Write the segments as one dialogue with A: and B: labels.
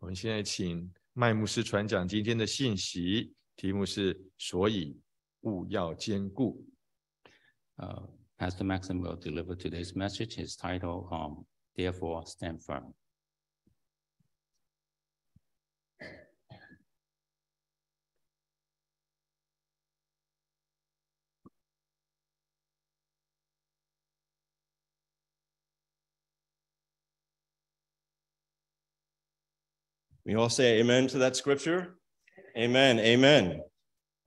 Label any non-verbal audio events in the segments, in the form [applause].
A: 们现在请麦牧师传讲今天的信息，题目是“所以勿要坚固
B: Uh, Pastor Maxim will deliver today's message. His title, um, Therefore Stand Firm. ”。
C: We all say amen to that scripture. Amen. Amen.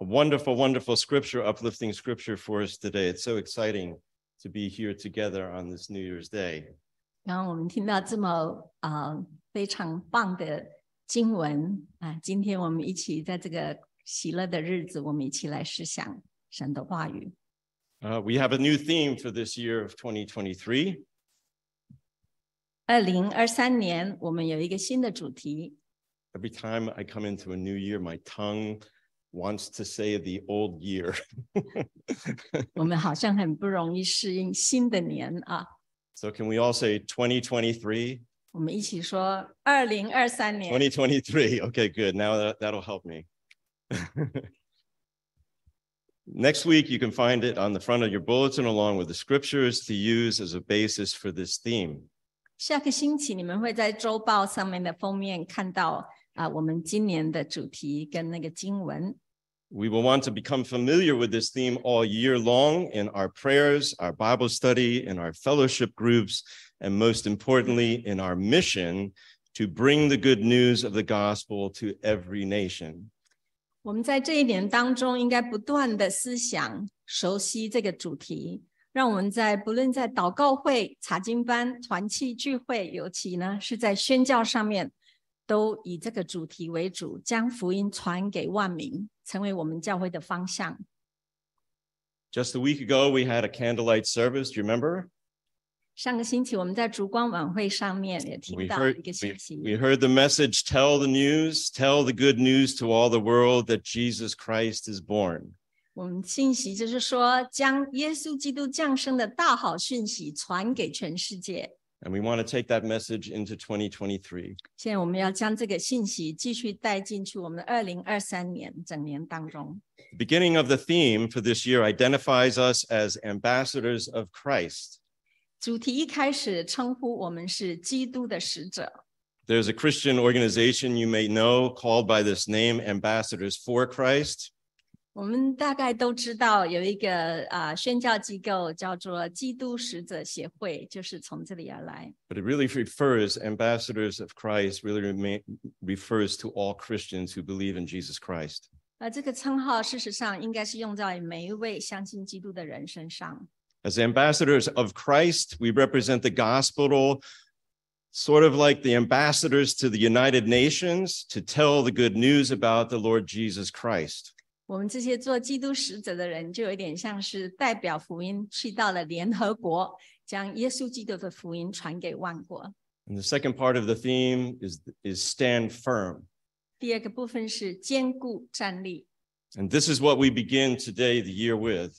C: A wonderful, wonderful scripture, uplifting scripture for us today. It's so exciting to be here together on this New Year's Day.
D: 然后我们听到这么啊、呃非常棒的经文啊，今天我们一起在这个喜乐的日子，我们一起来思想神的话语。
C: Uh, we have a new theme for this year of 2023.
D: 二零二三年，我们有一个新的主题，
C: Every time I come into a new year, my tongue wants to say the old year. [laughs]
D: 我们好像很不容易适应新的年啊。
C: so, can we all say 2023?
D: 我们一起说二零二三年。
C: 2023. Okay, good. Now that, that'll help me. [laughs] Next week, you can find it on the front of your bulletin along with the scriptures to use as a basis for this theme.
D: 下个星期你们会在周报上面的封面看到啊，我们今年的主题跟那个经文。
C: We will want to become familiar with this theme all year long in our prayers, our Bible study, in our fellowship groups, and most importantly, in our mission to bring the good news of the gospel to every nation.
D: 我们在这一年当中，应该不断的思想、熟悉这个主题，让我们在不论在祷告会、查经班、团契聚会，尤其呢是在宣教上面，都以这个主题为主，将福音传给万民，成为我们教会的方向。
C: Just a week ago, we had a candlelight service. Do you remember?
D: 上个星期我们在烛光晚会上面也听
C: We
D: 到
C: heard,
D: 一个
C: we,
D: 信息，
C: we heard the message tell the news, tell the good news to all the world that Jesus Christ is born.
D: 我们信息就是说，将耶稣基督降生的大好讯息传给全世界。
C: And we want to take that message into 2023.
D: 现在我们要将这个信息继续带进去我们二零二三年整年当中。
C: The beginning of the theme for this year identifies us as ambassadors of Christ.
D: 主题一开始称呼我们是基督的使者，
C: There's a Christian organization you may know called by this name, Ambassadors for Christ.
D: 我们大概都知道有一个啊、宣教机构叫做基督使者协会，就是从这里而来。
C: But it really refers, Ambassadors of Christ really rema- refers to all Christians who believe in Jesus Christ.
D: 而这个称号事实上应该是用在每一位相信基督的人身上。
C: As ambassadors of Christ, we represent the gospel, sort of like the ambassadors to the United Nations, to tell the good news about the Lord Jesus Christ.
D: 我们这些做基督使者的人，就有点像是代表福音去到了联合国，将耶稣基督的福音传给万国。
C: And the second part of the theme is, is stand firm.
D: 第二个部分是坚固站立，
C: And this is what we begin today, the year with.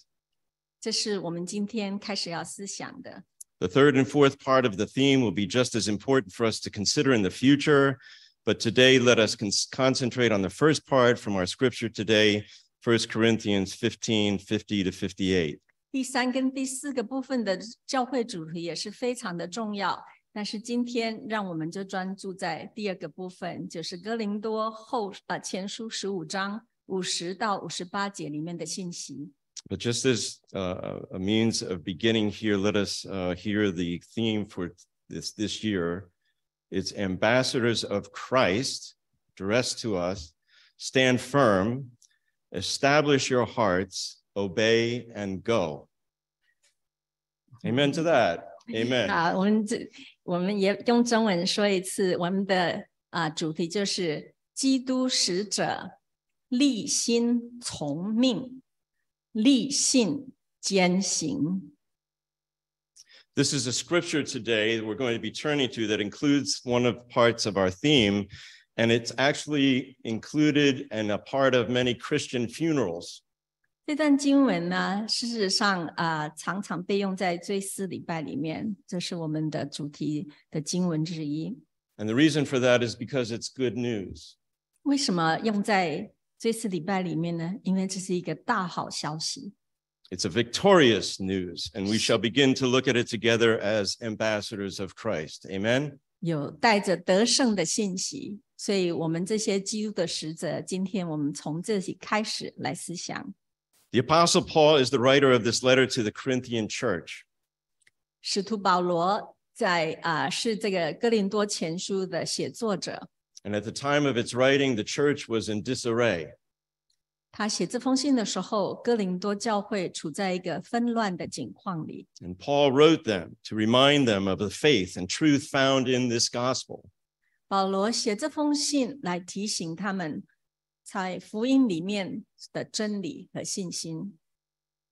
D: 这是我们今天开始要思想的。
C: The third and fourth part of the theme will be just as important for us to consider in the future. But today, let us con- concentrate on the first part from our scripture today, 1 Corinthians 15 50 to 58.
D: 第三跟第四个部分的教会主题也是非常的重要，但是今天让我们就专注在第二个部分，就是哥林多后呃前书十五章五十到五十八节里面的信息。
C: But just as uh, a means of beginning here, let us uh, hear the theme for this this year. It's ambassadors of Christ, addressed to us. Stand firm, establish your hearts, obey and go. Amen to that. [laughs] Amen.
D: 啊，我们这我们也用中文说一次，我们的啊、主题就是基督使者立心从命，立信兼行。
C: This is a scripture today that we're going to be turning to that includes one of parts of our theme, and it's actually included and a part of many Christian funerals.
D: 这段经文呢，事实上啊、常常被用在追思礼拜里面，这是我们的主题的经文之一。
C: And the reason for that is because it's good news.
D: 为什么用在这次礼拜里面呢？因为这是一个大好消息，
C: It's a victorious news, and we shall begin to look at it together as ambassadors of Christ. Amen.
D: 有带着得胜的信息，所以我们这些基督的使者，今天我们从这里开始来思想。
C: The Apostle Paul is the writer of this letter to the Corinthian church.
D: 使徒保罗在啊、是这个哥林多前书的写作者，
C: And at the time of its writing, the church was in disarray.
D: 他写这封信的时候，哥林多教会处在一个纷乱的境况里。
C: And Paul wrote them to remind them of the faith and truth found in this gospel.
D: 保罗写这封信来提醒他们，在福音里面的真理和信心。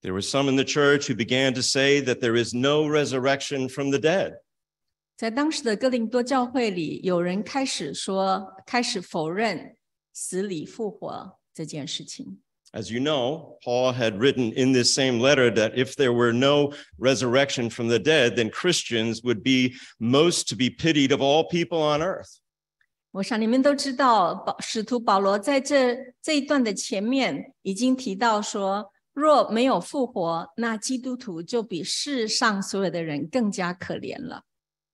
C: There were some in the church who began to say that there is no resurrection from the dead.
D: 在当时的哥林多教会里，有人开始说，开始否认死里复活这件事情。
C: As you know, Paul had written in this same letter that if there were no resurrection from the dead, then Christians would be most to be pitied of all people on earth.
D: 我想你们都知道，保使徒保罗在这这一段的前面已经提到说，若没有复活，那基督徒就比世上所有的人更加可怜了。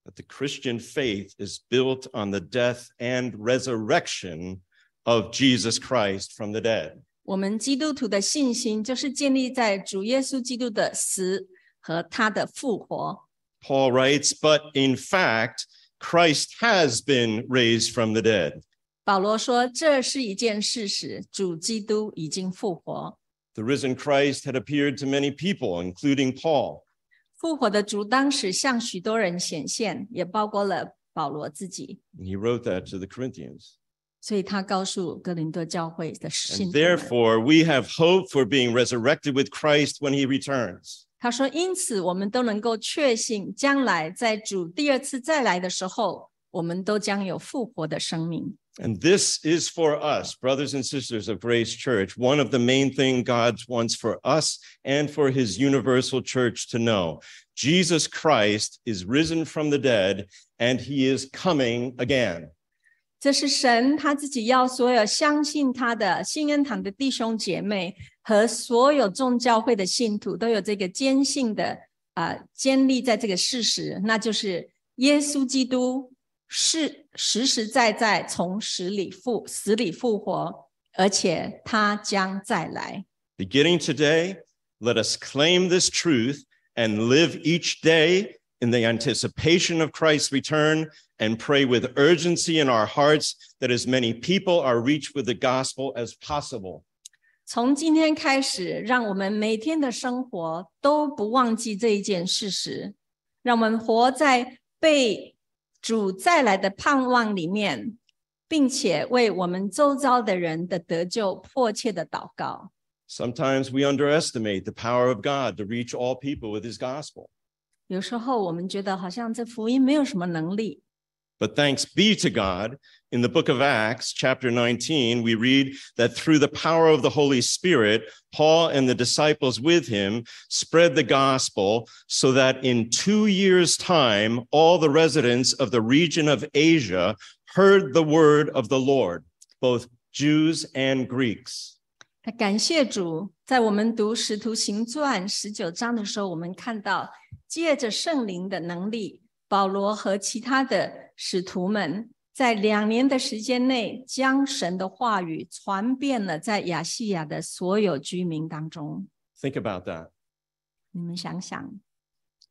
C: But the Christian faith is built on the death and resurrection of Jesus Christ from the dead.
D: 我们基督徒的信心就是建立在主耶稣基督的死和他的复活。
C: Paul writes, but in fact, Christ has been raised from the dead.
D: 保罗说，这是一件事实，主基督已经复活，
C: The risen Christ had appeared to many people, including Paul.
D: 复活的主当时向许多人显现，也包括了保罗自己。
C: And he wrote that to the Corinthians.
D: 所以他告诉哥林多教会的
C: And
D: 信徒们
C: therefore, we have hope for being resurrected with Christ when he returns.
D: 他说：“因此，我们都能够确信，将来在主第二次再来的时候，我们都将有复活的生命。
C: And this is for us, brothers and sisters of Grace Church, one of the main thing God wants for us and for his universal church to know. Jesus Christ is risen from the dead and he is coming again.
D: 这是神他自己要所有相信他的信恩堂的弟兄姐妹和所有众教会的信徒都有这个坚信的啊、呃建立在这个事实，那就是耶稣基督是实实在在从死里复死里复活，而且他将再来。”
C: Beginning today, let us claim this truth and live each day in the anticipation of Christ's return and pray with urgency in our hearts that as many people are reached with the gospel as possible.
D: 从今天开始，让我们每天的生活都不忘记这一件事实，让我们活在被主再来的盼望里面，并且为我们周遭的人的得救迫切的祷告。
C: Sometimes we underestimate the power of God to reach all people with his gospel.
D: 有时候我们觉得好像这福音没有什么能力，
C: But thanks be to God, in the book of Acts, chapter 19, we read that through the power of the Holy Spirit, Paul and the disciples with him spread the gospel so that in two years' time, all the residents of the region of Asia heard the word of the Lord, both Jews and Greeks.
D: 感谢主，在我们读《使徒行传》十九章的时候，我们看到借着圣灵的能力，保罗和其他的使徒们在两年的时间内，将神的话语传遍了在亚细亚的所有居民当中。
C: Think about that.
D: 你们想想，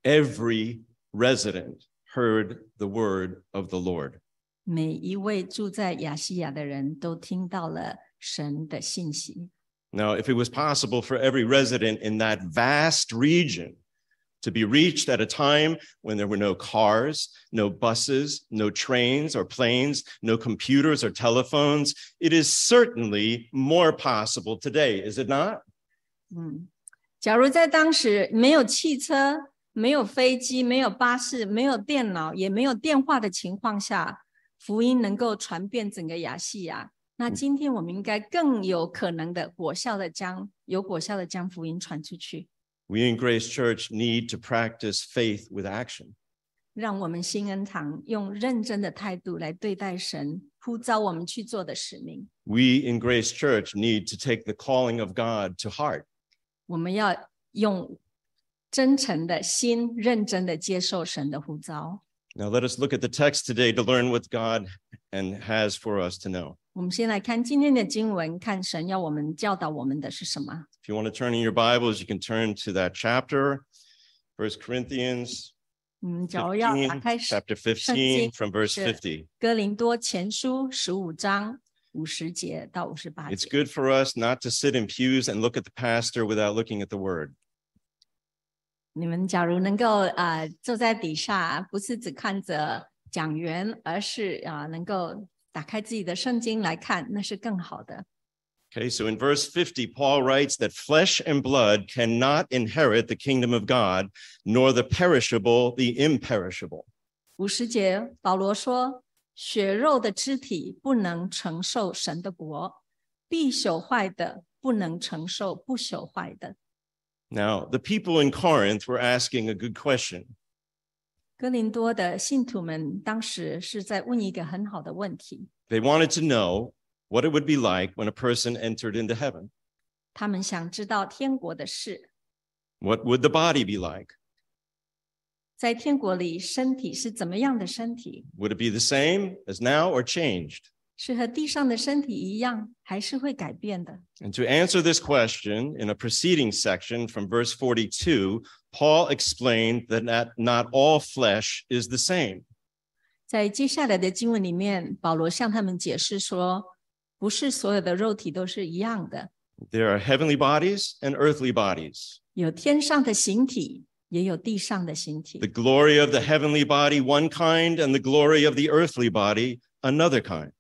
C: Every resident heard the word of the Lord.
D: 每一位住在亚细亚的人都听到了神的信息。
C: Now, if it was possible for every resident in that vast region to be reached at a time when there were no cars, no buses, no trains or planes, no computers or telephones, it is certainly more possible today, is it not?
D: 嗯，假如在当时没有汽车、没有飞机、没有巴士、没有电脑、也没有电话的情况下，福音能够传遍整个亚细亚，那今天我们应该更有可能的果效的将有果效的将福音传出去。
C: We in Grace Church need to practice faith with action.
D: 让我们新恩堂用认真的态度来对待神呼召我们去做的使命。
C: We in Grace Church need to take the calling of God to heart.
D: 我们要用真诚的心，认真的接受神的呼召。
C: Now let us look at the text today to learn what God and has for us to know.
D: 我们先来看今天的经文，看神要我们教导我们的是什么。
C: If you want to turn in your Bibles, you can turn to that chapter, First Corinthians
D: 嗯，假如要打
C: 15,
D: 开《
C: chapter 15 from verse
D: 是
C: 50.
D: 哥林多前书》十五章五十节到五十八
C: It's
D: 节。
C: good for us not to sit in pews and look at the pastor without looking at the word.
D: 你们假如能够啊、呃坐在底下，不是只看着讲员，而是啊、呃能够打开自己的圣经来看，那是更好的。
C: Okay, so in verse 50, Paul writes that flesh and blood cannot inherit the kingdom of God, nor the perishable, the imperishable.
D: 五十节，保罗说：“血肉的肢体不能承受神的国，必朽坏的不能承受不朽坏的。
C: Now, the people in Corinth were asking a good question. ”
D: 哥林多的信徒们当时是在问一个很好的问题，
C: They wanted to know what it would be like when a person entered into heaven.
D: 他们想知道天国的事，
C: What would the body be like?
D: 在天国里身体是怎么样的身体？
C: Would it be the same as now or changed?
D: 是和地上的身体一样，还是会改变的？
C: And to answer this question, in a preceding section from verse 42, Paul explained that not, not all flesh is the same.
D: 在接下来的经文里面，保罗向他们解释说，不是所有的肉体都是一样的，
C: There are heavenly bodies and earthly bodies.
D: 有天上的形体，也有地上的形
C: The
D: 体。
C: glory of the heavenly body, one kind, and the glory of the earthly body, another kind.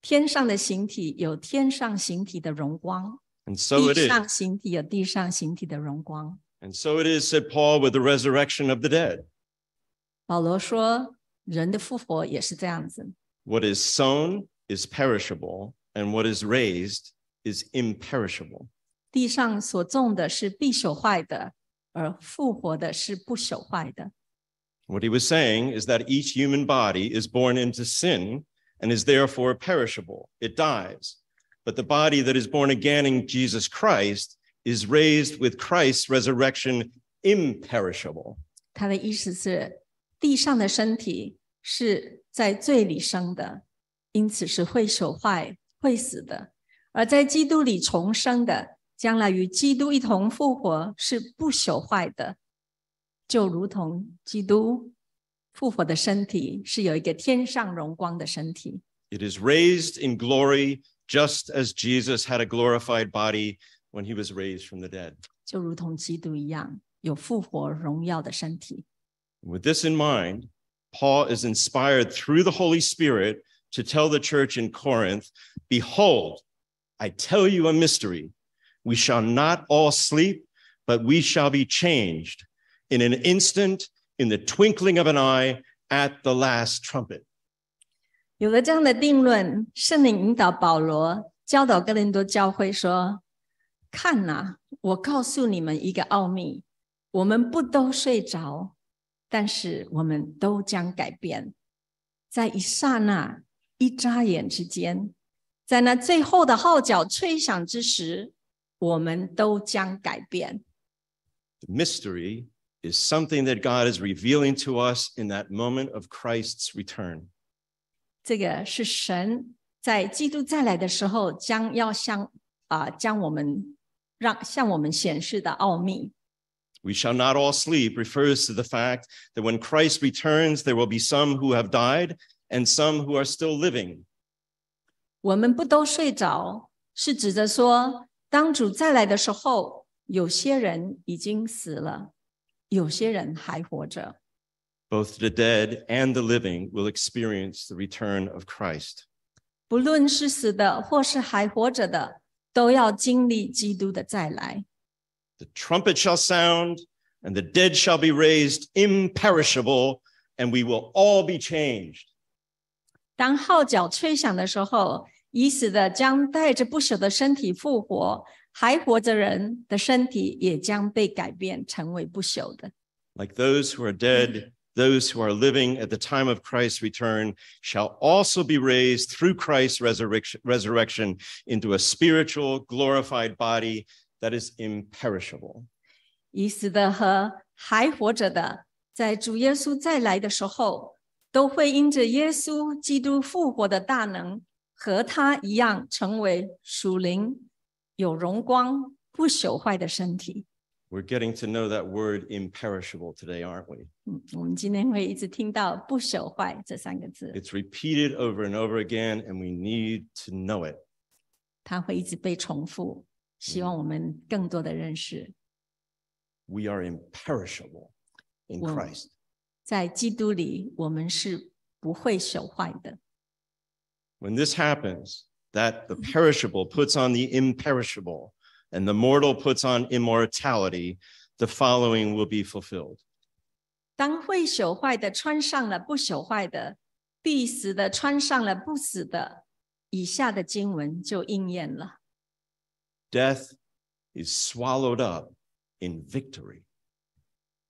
D: 天上的形体有天上形体的荣光，
C: And so
D: 地
C: it is.
D: 上形体有地上形体的荣光。
C: And so it is, said Paul, with the resurrection of the dead.
D: 保罗说，人的复活也是这样子，
C: What is sown is perishable, and what is raised is imperishable.
D: 地上所种的是必朽坏的，而复活的是不朽坏的。
C: What he was saying is that each human body is born into sin and is therefore perishable. It dies. But the body that is born again in Jesus Christ is raised with Christ's resurrection imperishable.
D: 他的意思是，地上的身体是在罪里生的，因此是会朽坏、会死的；而在基督里重生的，将来与基督一同复活，是不朽坏的，就如同基督复活的身体是有一个天上荣光的身体。
C: It is raised in glory, just as Jesus had a glorified body when he was raised from the dead.
D: 就如同基督一样，有复活荣耀的身体。
C: With this in mind, Paul is inspired through the Holy Spirit to tell the church in Corinth Behold, I tell you a mystery. We shall not all sleep, but we shall be changed in an instant, in the twinkling of an eye, at the last trumpet.
D: 有了这样的定论，圣灵引导保罗教导哥林多教会说：“看呐、我告诉你们一个奥秘，我们不都睡着，但是我们都将改变，在一刹那、一眨眼之间，在那最后的号角吹响之时，我们都将改变。”
C: The mystery is something that God is revealing to us in that moment of Christ's return.
D: 这个是神在基督再来的时候将要向啊、将我们让向我们显示的奥秘。
C: We shall not all sleep refers to the fact that when Christ returns, there will be some who have died and some who are still living.
D: 我们不都睡着，是指着说，当主再来的时候，有些人已经死了，有些人还活着。
C: Both the dead and the living will experience the return of Christ.
D: 不论是死的或是还活着的，都要经历基督的再来。
C: The trumpet shall sound, and the dead shall be raised imperishable, and we will all be changed.
D: 当号角吹响的时候，已死的将带着不朽的身体复活，还活着人的身体也将被改变成为不朽的。
C: Like those who are dead those who are living at the time of Christ's return shall also be raised through Christ's resurrection, resurrection into a spiritual, glorified body that is imperishable.
D: 已死的和还活着的，在主耶稣再来的时候，都会因着耶稣基督复活的大能，和他一样成为属灵、有荣光、不朽坏的身体。
C: We're getting to know that word imperishable today, aren't we?
D: 嗯，我们今天会一直听到“不朽坏”这三个字，
C: It's repeated over and over again, and we need to know it.
D: 它会一直被重复。希望我们更多的认识，
C: We are imperishable in
D: Wow.
C: Christ.
D: 在基督里我们是不会朽坏的。
C: When this happens, that the perishable puts on the imperishable and the mortal puts on immortality, the following will be fulfilled.
D: 当会朽坏的穿上了不朽坏的，必死的穿上了不死的，以下的经文就应验了：
C: Death is swallowed up in victory.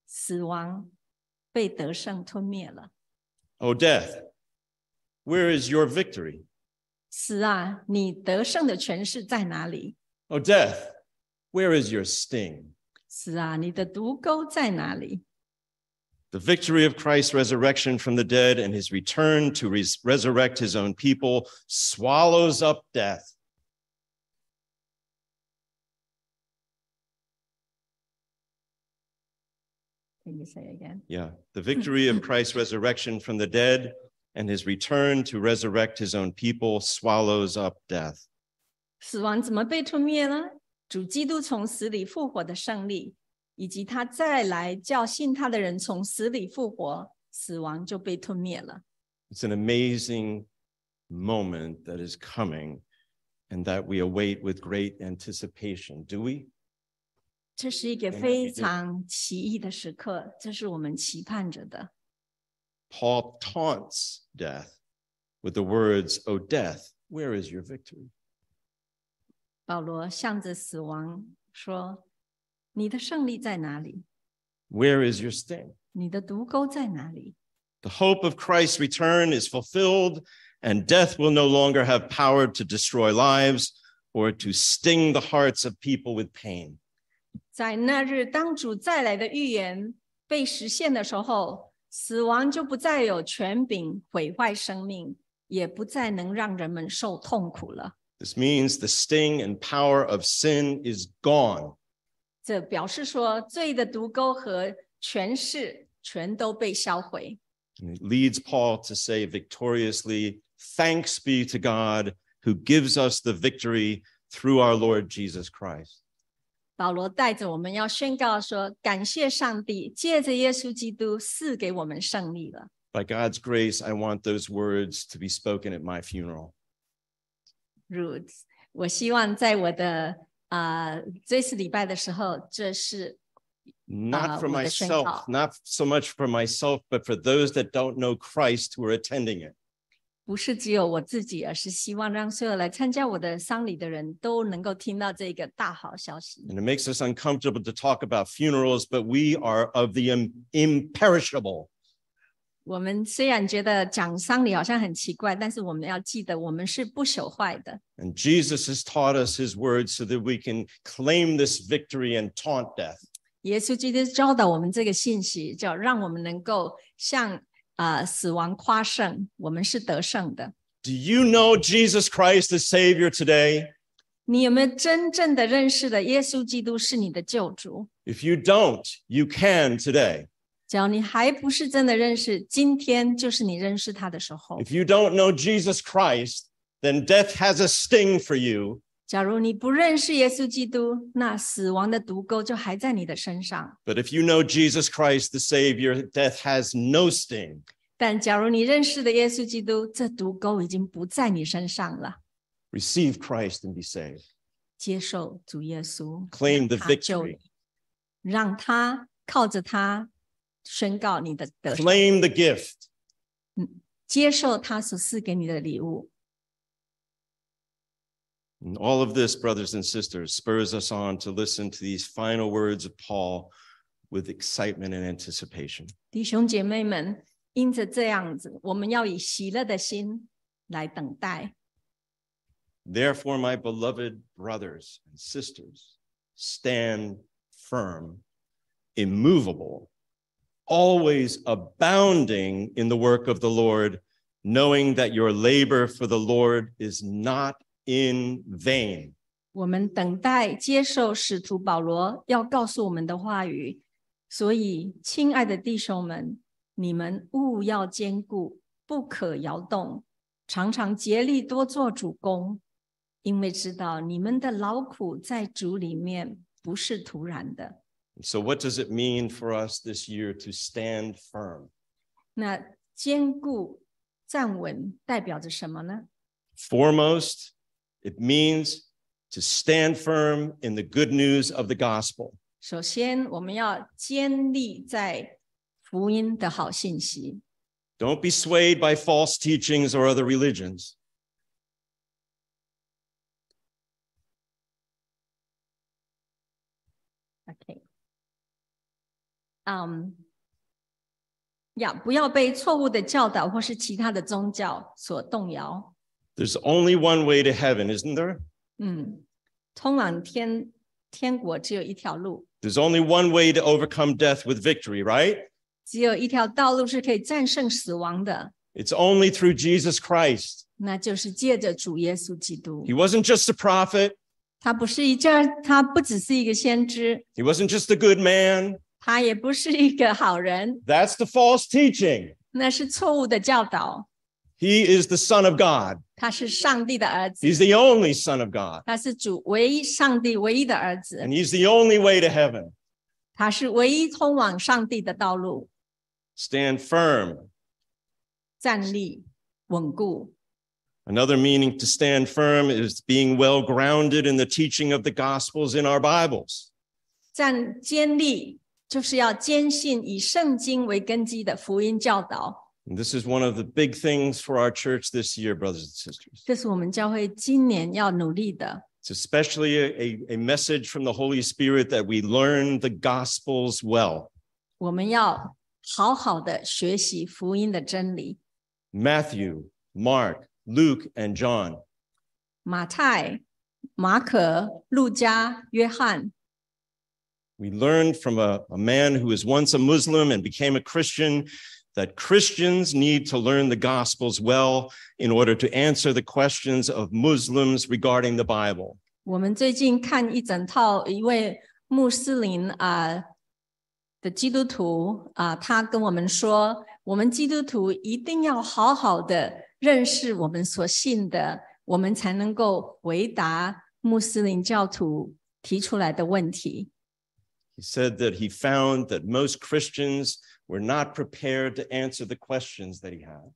D: 死亡被得胜吞灭了。
C: O Oh, death, where is your victory?
D: 死啊，你得胜的权势在哪里？
C: O Oh, death, where is your sting?
D: 死啊，你的毒钩在哪里？
C: The victory of Christ's resurrection from the dead and his return to res- resurrect his own people swallows up death.
D: Can you say again?
C: Yeah. The victory of Christ's resurrection from the dead and his return to resurrect his own people swallows up death.
D: 死亡怎么被吞灭呢？主基督从死里复活的胜利，以及他再来叫信他的人从死里复活，死亡就被吞灭了。
C: It's an amazing moment that is coming and that we await with great anticipation. Do we?
D: 这是一个
C: Amen.
D: 非常奇异的时刻，这是我们期盼着的。
C: Paul taunts death with the words, O death, where is your victory?
D: 保罗向着死亡说：“你的胜利在哪里？
C: Where is your sting?
D: 你的毒钩在哪里
C: The hope of Christ's return is fulfilled, and death will no longer have power to destroy lives or to sting the hearts of people with pain.？”
D: 在那日，当主再来的预言被实现的时候，死亡就不再有权柄毁坏生命，也不再能让人们受痛苦了。
C: This means the sting and power of sin is gone.
D: 这表示说，罪的毒钩和权势全都被销毁。
C: And it leads Paul to say victoriously, Thanks be to God who gives us the victory through our Lord Jesus Christ.
D: 保罗带着我们要宣告说：“感谢上帝，借着耶稣基督赐给我们胜利了。
C: By God's grace, I want those words to be spoken at my funeral. ”
D: 如此，我希望在我的啊、呃这次礼拜的时候，这是
C: not
D: uh,
C: for
D: with the
C: myself,
D: Shanghai.
C: not so much for myself, but for those that don't know Christ who are attending it.
D: 不是只有我自己，而是希望让所有来参加我的丧礼的人都能够听到这个大好消息。
C: And it makes us uncomfortable to talk about funerals, but we are of the im- imperishable.
D: 我们虽然觉得讲丧礼好像很奇怪，但是我们要记得，我们是不朽坏的。
C: And Jesus has taught us his word so that we can claim this victory and taunt death.
D: 耶稣基督教导我们这个信息，叫让我们能够向啊、呃死亡夸胜，我们是得胜的。
C: Do you know Jesus Christ as Savior today?
D: 你有没有真正的认识了耶稣基督是你的救主？
C: If you don't, you can today.
D: 只要你还不是真的认识，今天就是你认识他的时候。
C: If you don't know Jesus Christ, then death has a sting for you
D: 假如你不认识耶稣基督，那死亡的毒钩就还在你的身上。
C: But if you know Jesus Christ, the Savior, death has no sting.
D: 但假如你认识的耶稣基督，这毒钩已经不在你身上了。
C: Receive Christ and be saved.
D: 接受主耶稣
C: Claim the
D: 让他救
C: victory.
D: 你让他靠着他宣告你的得胜，
C: Claim the gift.
D: 接受他所赐给你的礼物。
C: And all of this, brothers and sisters, spurs us on to listen to these final words of Paul with excitement and anticipation.
D: 弟兄姐妹们，因着这样子，我们要以喜乐的心来等待。
C: Therefore, my beloved brothers and sisters, stand firm, immovable, always abounding in the work of the Lord, knowing that your labor for the Lord is not in vain.
D: 我们等待接受使徒保罗要告诉我们的话语。所以，亲爱的弟兄们，你们务要坚固，不可摇动，常常竭力多做主公，因为知道你们的劳苦在主里面不是突然的。
C: So, what does it mean for us this year to stand firm?
D: 那坚固站稳代表着什么呢？
C: Foremost, it means to stand firm in the good news of the gospel.
D: 首先，我们要坚立在福音的好信息，
C: Don't be swayed by false teachings or other religions.
D: OK，嗯，呀，不要被错误的教导或是其他的宗教所动摇。
C: There's only one way to heaven, isn't there?
D: 嗯，通往天天国只有一条路，
C: There's only one way to overcome death with victory, right?
D: 只有一条道路是可以战胜死亡的，
C: It's only through Jesus Christ.
D: 那就是借着主耶稣基督
C: He。wasn't just a prophet,
D: 他不是一件，他不只是一个先知，
C: he wasn't just a good man.
D: 他也不是一个好人，
C: That's the false teaching.
D: 那是错误的教导。
C: He is the Son of God,
D: 他是上帝的儿子，
C: He's the only Son of God,
D: 他是主唯一上帝唯一的儿子
C: and，He's the only way to heaven.
D: 他是唯一通往上帝的道路。
C: Stand firm.
D: 站立稳固。
C: Another meaning to stand firm is being well grounded in the teaching of the Gospels in our Bibles.
D: 站坚立就是要坚信以圣经为根基的福音教导，
C: And this is one of the big things for our church this year, brothers and sisters.
D: 这是我们教会今年要努力的。
C: It's especially a, a, a message from the Holy Spirit that we learn the Gospels well.
D: 我们要好好的学习福音的真理。
C: Matthew, Mark, Luke, and John.
D: 马太、马可、路加、约翰，
C: We learn from a, a man who was once a Muslim and became a Christian that Christians need to learn the Gospels well in order to answer the questions of Muslims regarding the Bible.
D: 我们最近看一整套一位穆斯林啊、呃的基督徒啊、他跟我们说，我们基督徒一定要好好的认识我们所信的，我们才能够回答穆斯林教徒提出来的问题。
C: He said that he found that most Christians were not prepared to answer the questions that he had.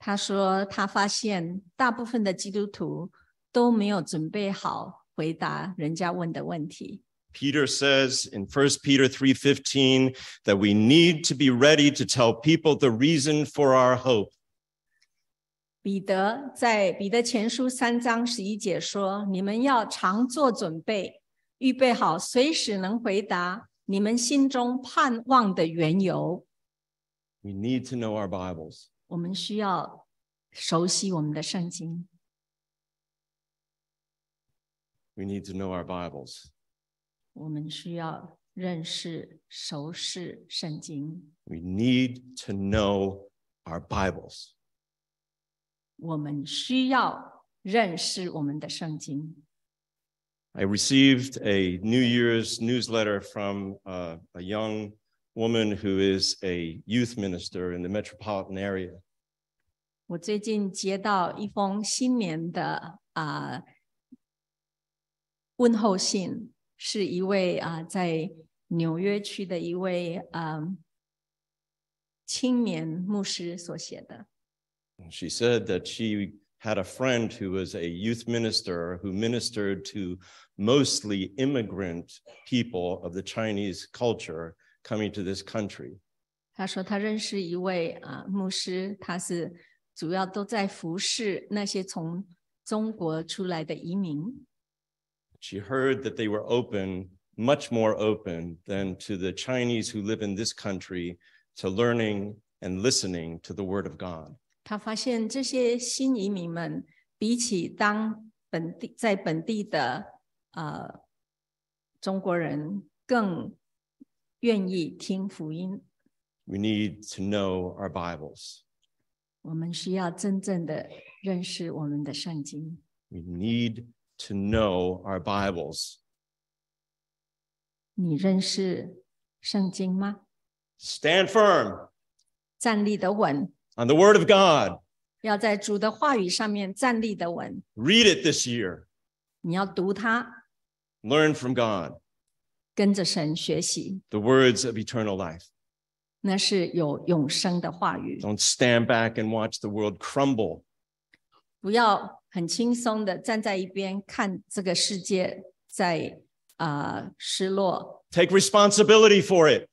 D: 他说，他发现大部分的基督徒都没有准备好回答人家问的问题。
C: Peter says in 1 Peter 3:15 that we need to be ready to tell people the reason for our hope.
D: 彼得在彼得前书三章十一节说：“你们要常做准备，预备好，随时能回答你们心中盼望的缘由。
C: We need to know our Bibles. ”
D: 我们需要熟悉我们的圣经，
C: We need to know our Bibles.
D: 我们需要认识、熟识圣经，
C: We need to know our Bibles.
D: 我们需要认识我们的圣经。
C: I received a New Year's newsletter from uh, a young woman who is a youth minister in the metropolitan area.
D: 我最近接到一封新年的啊、问候信，是一位啊、在纽约区的一位啊、青年牧师所写的。
C: And She said that she had a friend who was a youth minister who ministered to mostly immigrant people of the Chinese culture coming to this country.
D: 他说他认识一位啊、牧师，他是主要都在服侍那些从中国出来的移民。
C: She heard that they were open much more open than to the Chinese who live in this country to learning and listening to the Word of God.
D: 他发现这些新移民们比起当本地在本地的呃中国人更愿意听福音。
C: We need to know our Bibles.
D: 我们需要真正的认识我们的圣经。
C: We need to know our Bibles.
D: 你认识圣经吗？
C: Stand firm
D: 站立的稳，
C: on the Word of God.
D: 要在主的话语上面站立的稳。
C: Read it this year.
D: 你要读它，
C: Learn from God
D: 跟着神学习，
C: the words of eternal life.
D: 那是有永生的话语。
C: Don't stand back and watch the world crumble.
D: 不要很轻松的站在一边看这个世界在啊、呃失落。
C: Take responsibility for it.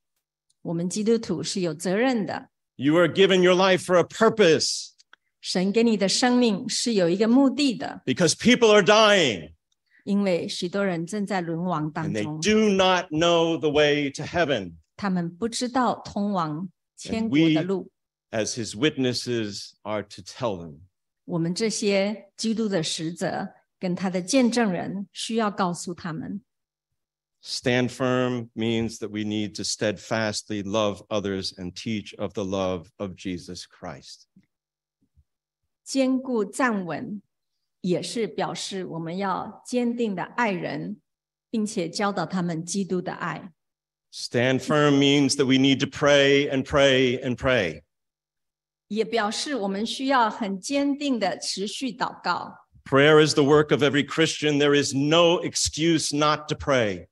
D: 我们基督徒是有责任的，
C: You are given your life for a purpose.
D: 神给你的生命是有一个目的的，
C: because people are dying
D: 因为许多人正在沦亡
C: and
D: 当
C: they
D: 中，
C: do not know the way to heaven.
D: 他们不知道通往天
C: And
D: 国
C: we,
D: 的路。
C: as his witnesses, are to tell them.
D: 我们这些基督的使者跟他的见证人需要告诉他们，
C: Stand firm means that we need to steadfastly love others and teach of the love of Jesus Christ.
D: 坚固站稳，也是表示我们要坚定的爱人，并且教导他们基督的爱。
C: Stand firm means that we need to pray and pray and pray.
D: 也表示我们需要很坚定的持续祷告。
C: Prayer is the work of every Christian. There is no excuse not to pray.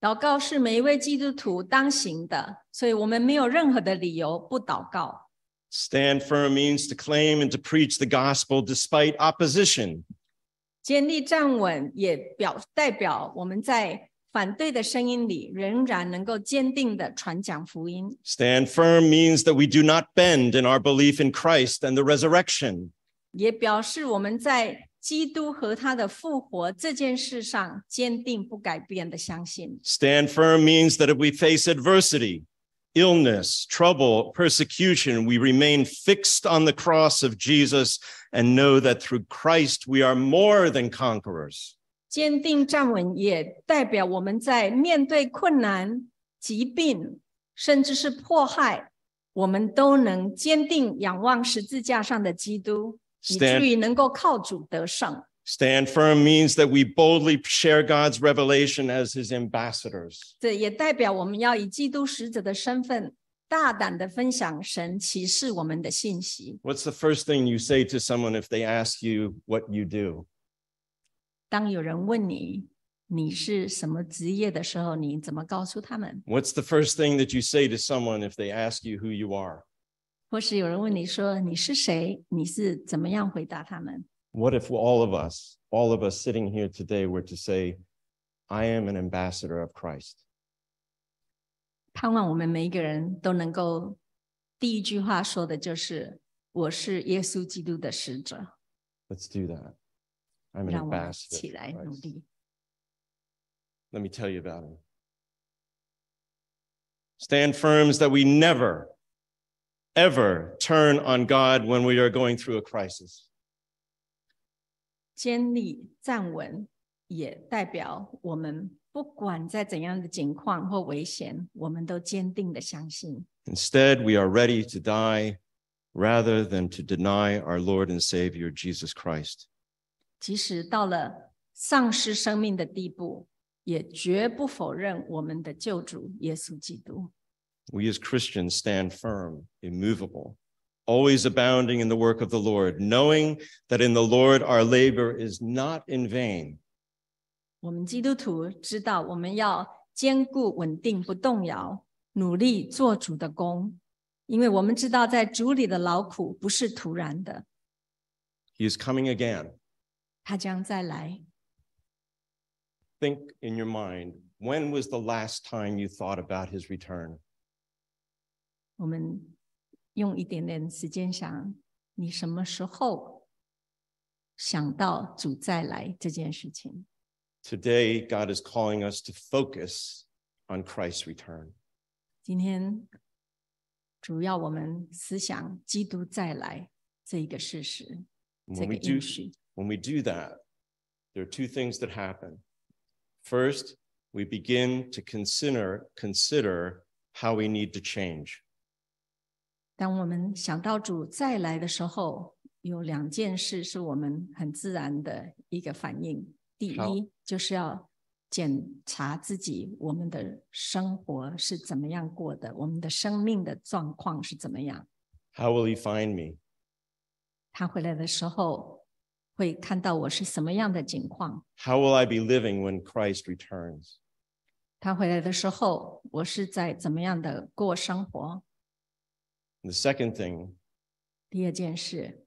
D: 祷告是每一位基督徒当行的，所以我们没有任何的理由不祷告。
C: Stand firm means to claim and to preach the gospel despite opposition.
D: 坚立站稳也表代表我们在反对的声音里，仍然能够坚定的传讲福音。
C: Stand firm means that we do not bend in our belief in Christ and the resurrection.
D: 也表示我们在基督和他的复活这件事上坚定不改变的相信。
C: Stand firm means that if we face adversity, illness, trouble, persecution, we remain fixed on the cross of Jesus and know that through Christ we are more than conquerors.
D: 坚定站稳也代表我们在面对困难、疾病，甚至是迫害，我们都能坚定仰望十字架上的基督，以至
C: Stand,
D: 于能够靠主得胜。
C: stand firm means that we boldly share God's revelation as his ambassadors.
D: 这也代表我们要以基督使者的身份，大胆的分享神启示我们的信息。
C: What's the first thing you say to someone if they ask you what you do?
D: 当有人问你你是什么职业的时候，你怎么告诉他们？
C: What's the first thing that you say to someone if they ask you who you are?
D: 或是有人问你说你是谁？你是怎么样回答他们？
C: What if all of us, all of us sitting here today, were to say, I am an ambassador of Christ?
D: 盼望我们每一个人都能够第一句话说的就是：“我是耶稣基督的使者。
C: Let's do that. I'm ”an
D: 让我们
C: ambassador.
D: 起来
C: of
D: 努
C: Christ.
D: 力。
C: Let me tell you about him. Stand firms that we never, ever turn on God when we are going through a crisis.
D: 坚立站稳，也代表我们不管在怎样的情况或危险，我们都坚定的相信，
C: Instead, we are ready to die rather than to deny our Lord and Savior, Jesus Christ.
D: 即使到了丧失生命的地步，也绝不否认我们的救主耶稣基督。
C: We as Christians stand firm, immovable, always abounding in the work of the Lord, knowing that in the Lord our labor is not in vain.
D: 我们基督徒知道，我们要坚固、稳定、不动摇，努力做主的工，因为我们知道，在主里的劳苦不是徒然的，
C: He is coming again.
D: 他将再来。
C: Think in your mind, when was the last time you thought about his return?
D: 我们用一点点时间想，你什么时候想到主再来这件事情？
C: Today, God is calling us to focus on Christ's return.
D: 今天主要我们思想基督再来这一个事实，这
C: When
D: 个
C: we do,
D: 应许。
C: when we do that, there are two things that happen. First, we begin to consider consider how we need to change.
D: 当我们想到主再来的时候，有两件事是我们很自然的一个反应。第
C: 好
D: 一，就是要检查自己，我们的生活是怎么样过的，我们的生命的状况是怎么样。
C: How will he find me?
D: 他回来的时候会看到我是什么样的情况。
C: How will I be living when Christ returns?
D: 他回来的时候，我是在怎么样的过生活？
C: And the second thing
D: 第二件事，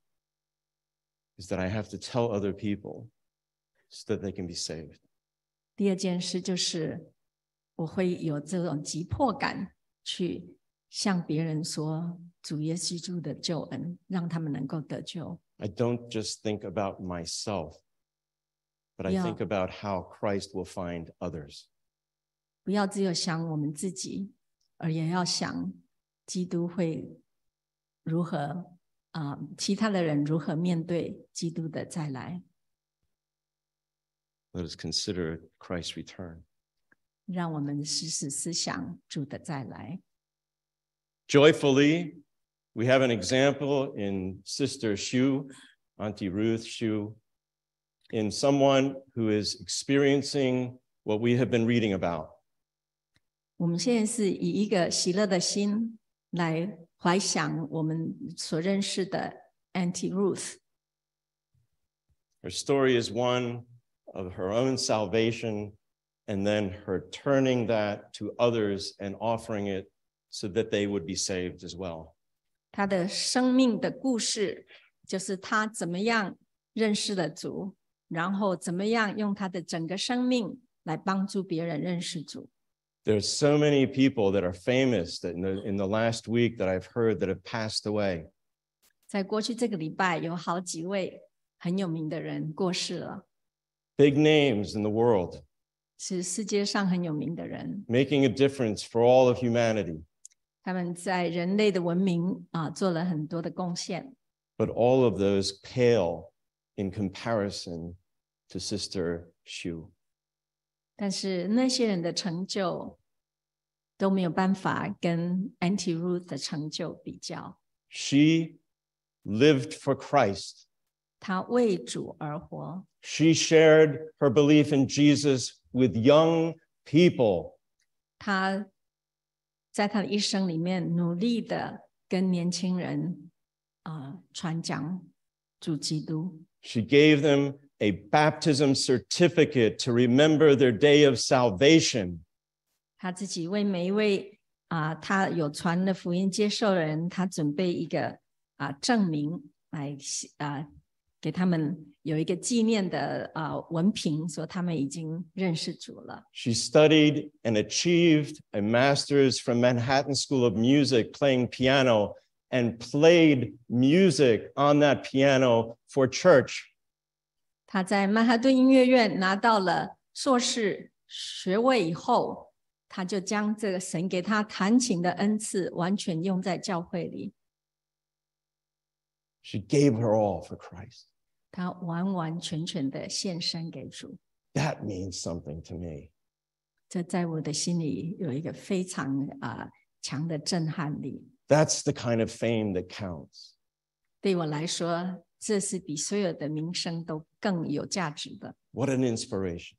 C: is that I have to tell other people so that they can be saved.
D: 第二件事就是我会有这种急迫感，去向别人说主耶稣基督的救恩，让他们能够得救。
C: I don't just think about myself, but I
D: Yeah.
C: think about how Christ will find others.
D: 不要只有想我们自己，而也要想基督会如何啊、其他的人如何面对基督的再来。
C: Let us consider Christ's return.
D: 让我们时时思想主的再来。
C: Joyfully, we have an example in Sister Shu, Auntie Ruth Shu, in someone who is experiencing what we have been reading about.
D: 我们现在是以一个喜乐的心来怀想我们所认识的 Auntie Ruth。
C: Her story is one of her own salvation and then her turning that to others and offering it so that they would be saved as well.
D: 她的生命的故事，就是她怎么样认识了主，然后怎么样用她的整个生命来帮助别人认识主。
C: There's so many people that are famous that in the, in the last week that I've heard that have passed away.
D: 在过去这个礼拜，有好几位很有名的人过世了，
C: Big names in the world,
D: 是世界上很有名的人，
C: making a difference for all of humanity.
D: 他们在人类的文明啊做了很多的贡献。
C: But all of those pale in comparison to Sister Shu.
D: 但是那些人的成就都没有办法跟 Auntie Ruth 的成就比较。
C: She lived for Christ.
D: 她为主而活，
C: She shared her belief in Jesus with young people.
D: 她在她的一生里面努力的跟年轻人啊、呃传讲主基督。
C: She gave them a baptism certificate to remember their day of salvation.
D: 她自己为每一位啊、她有传的福音接受人，她准备一个啊、证明来啊、给他们有一个纪念的啊、文凭，说他们已经认识主了。
C: She studied and achieved a master's from Manhattan School of Music playing piano and played music on that piano for church.
D: 他在曼哈顿音乐院拿到了硕士学位以后，他就将这个神给他弹琴的恩赐完全用在教会里，
C: She gave her all for Christ.
D: 他完完全全的献身给主。
C: That means something to me.
D: 这在我的心里有一个非常啊、呃强的震撼力。
C: That's the kind of fame that counts.
D: 对我来说，这是比所有的名声都更有价值的。
C: What an inspiration.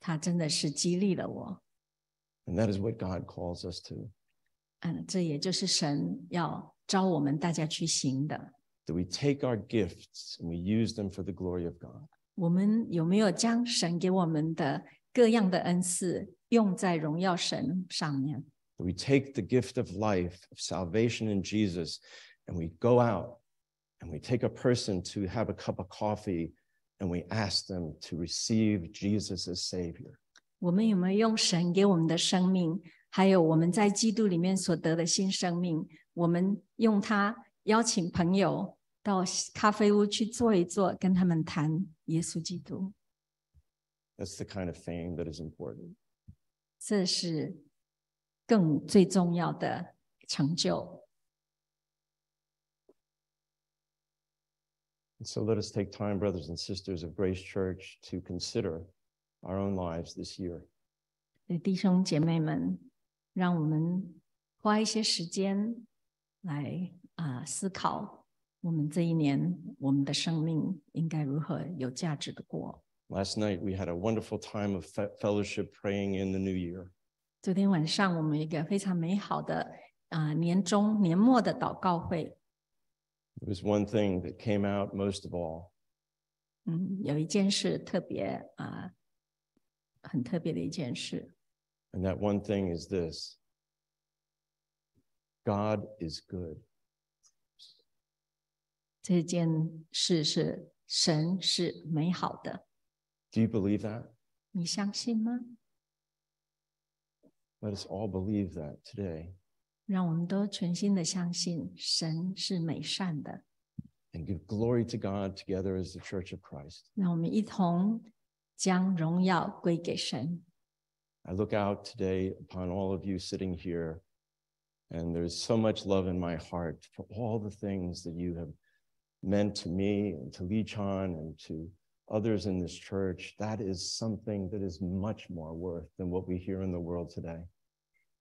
D: 他真的是激励了我。
C: And that is what God calls us to.
D: 嗯，这也就是神要招我们大家去行的。
C: That we take our gifts and we use them for the glory of God.
D: 我们有没有将神给我们的各样的恩赐用在荣耀神上面？
C: That we take the gift of life, of salvation in Jesus, and we go out and we take a person to have a cup of coffee and we ask them to receive Jesus as Savior.
D: 我们有没有用神给我们的生命，还有我们在基督里面所得的新生命，我们用它邀请朋友到咖啡屋去坐一坐，跟他们谈耶稣基督？
C: That's the kind of fame that is important.
D: 这是更最重要的成就。
C: And so let us take time, brothers and sisters of Grace Church, to consider our own lives this year.
D: 所以弟兄姐妹们，让我们花一些时间来啊、思考，我们这一年我们的生命应该如何有价值的过。
C: Last night, we had a wonderful time of fe- fellowship praying in the new year.
D: 昨天晚上我们有一个非常美好的啊、年终年末的祷告会，
C: It was one thing that came out most of all.
D: 嗯，有一件事特别啊、很特别的一件事，
C: And that one thing is this God is good.
D: 这件事是神是美好的，
C: Do you believe that?
D: 你相信吗？
C: Let us all believe that today
D: 让我们都全心的相信神是美善的。
C: and give glory to God together as the Church of Christ.
D: 让我们一同将荣耀归给神。
C: I look out today upon all of you sitting here, and there's so much love in my heart for all the things that you have meant to me and to Lee Chan and to others in this church. That is something that is much more worth than what we hear in the world today.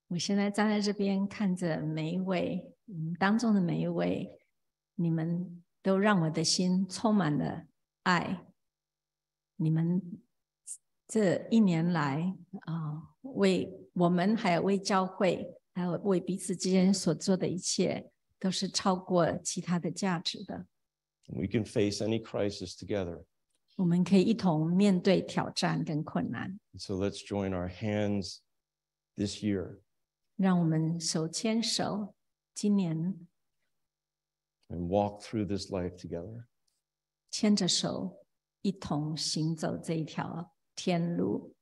D: 我现在站在这边，看着每一位，嗯，当中的每一位，你们都让我的心充满了爱。你们这一年来啊、为我们，还有为教会，还有为彼此之间所做的一切，都是超过其他的价值的。
C: We can face any crisis together.
D: 我们可以一同面对挑战跟困难，
C: And so let's join our hands this year
D: 让我们手牵手。今年
C: and walk through this life together.
D: 牵着手一同行走这一条天路，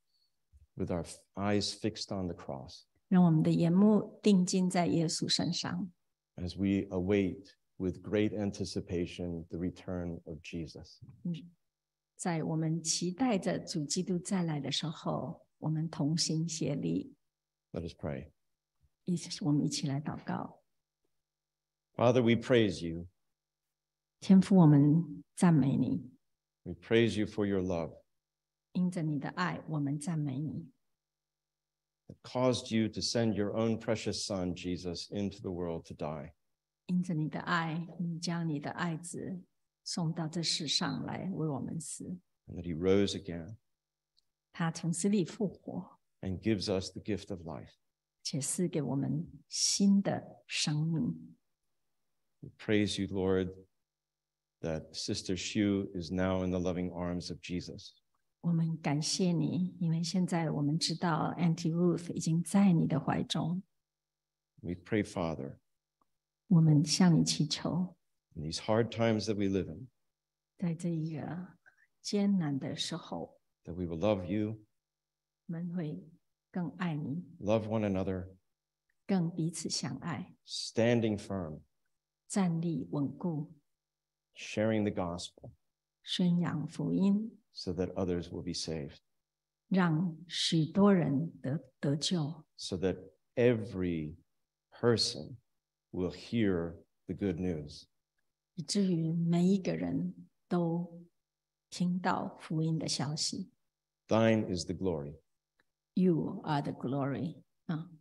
C: with our f- eyes fixed on the cross
D: 让我们的眼目定睛在耶稣身上，
C: as we await with great anticipation the return of Jesus.
D: 在我们期待着主基督再来的时候，我们同心协力，
C: Let us pray.
D: 一起我们一起来祷告。
C: Father, we praise you.
D: 天父，我们赞美你，
C: We praise you for your love
D: 因着你的爱，我们赞美你。
C: that caused you to send your own precious son, Jesus, into the world to die.
D: 因着你的爱，你将你的爱子送到这世上来为我们死，
C: And that he rose again
D: 他从死里复活，
C: and gives us the gift of life.
D: 且赐给我们新的生命。
C: We praise you, Lord, that Sister Shu is now in the loving arms of Jesus.
D: 我们感谢你，因为现在我们知道 Auntie Ruth 已经在你的怀中。
C: We pray, Father,
D: 我们向你祈求，
C: in these hard times that we live in,
D: 在这一个艰难的时候，
C: that we will love you
D: 我们会更爱你，
C: love one another,
D: 更彼此相爱，
C: standing firm,
D: 站立稳固，
C: sharing the gospel
D: 宣扬福音，
C: so that others will be saved,
D: 让许多人得得救，
C: so that every person will hear the good news.
D: 以至于每一个人都听到福音的消息。
C: Thine is the glory,
D: You are the glory 啊，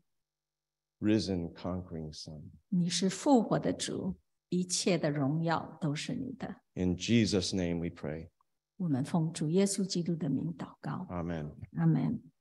C: risen, conquering Son.
D: 你是复活的主，一切的荣耀都是你的。
C: In Jesus' name we pray.
D: 我们奉主耶稣基督的名祷告，
C: Amen.
D: 阿门。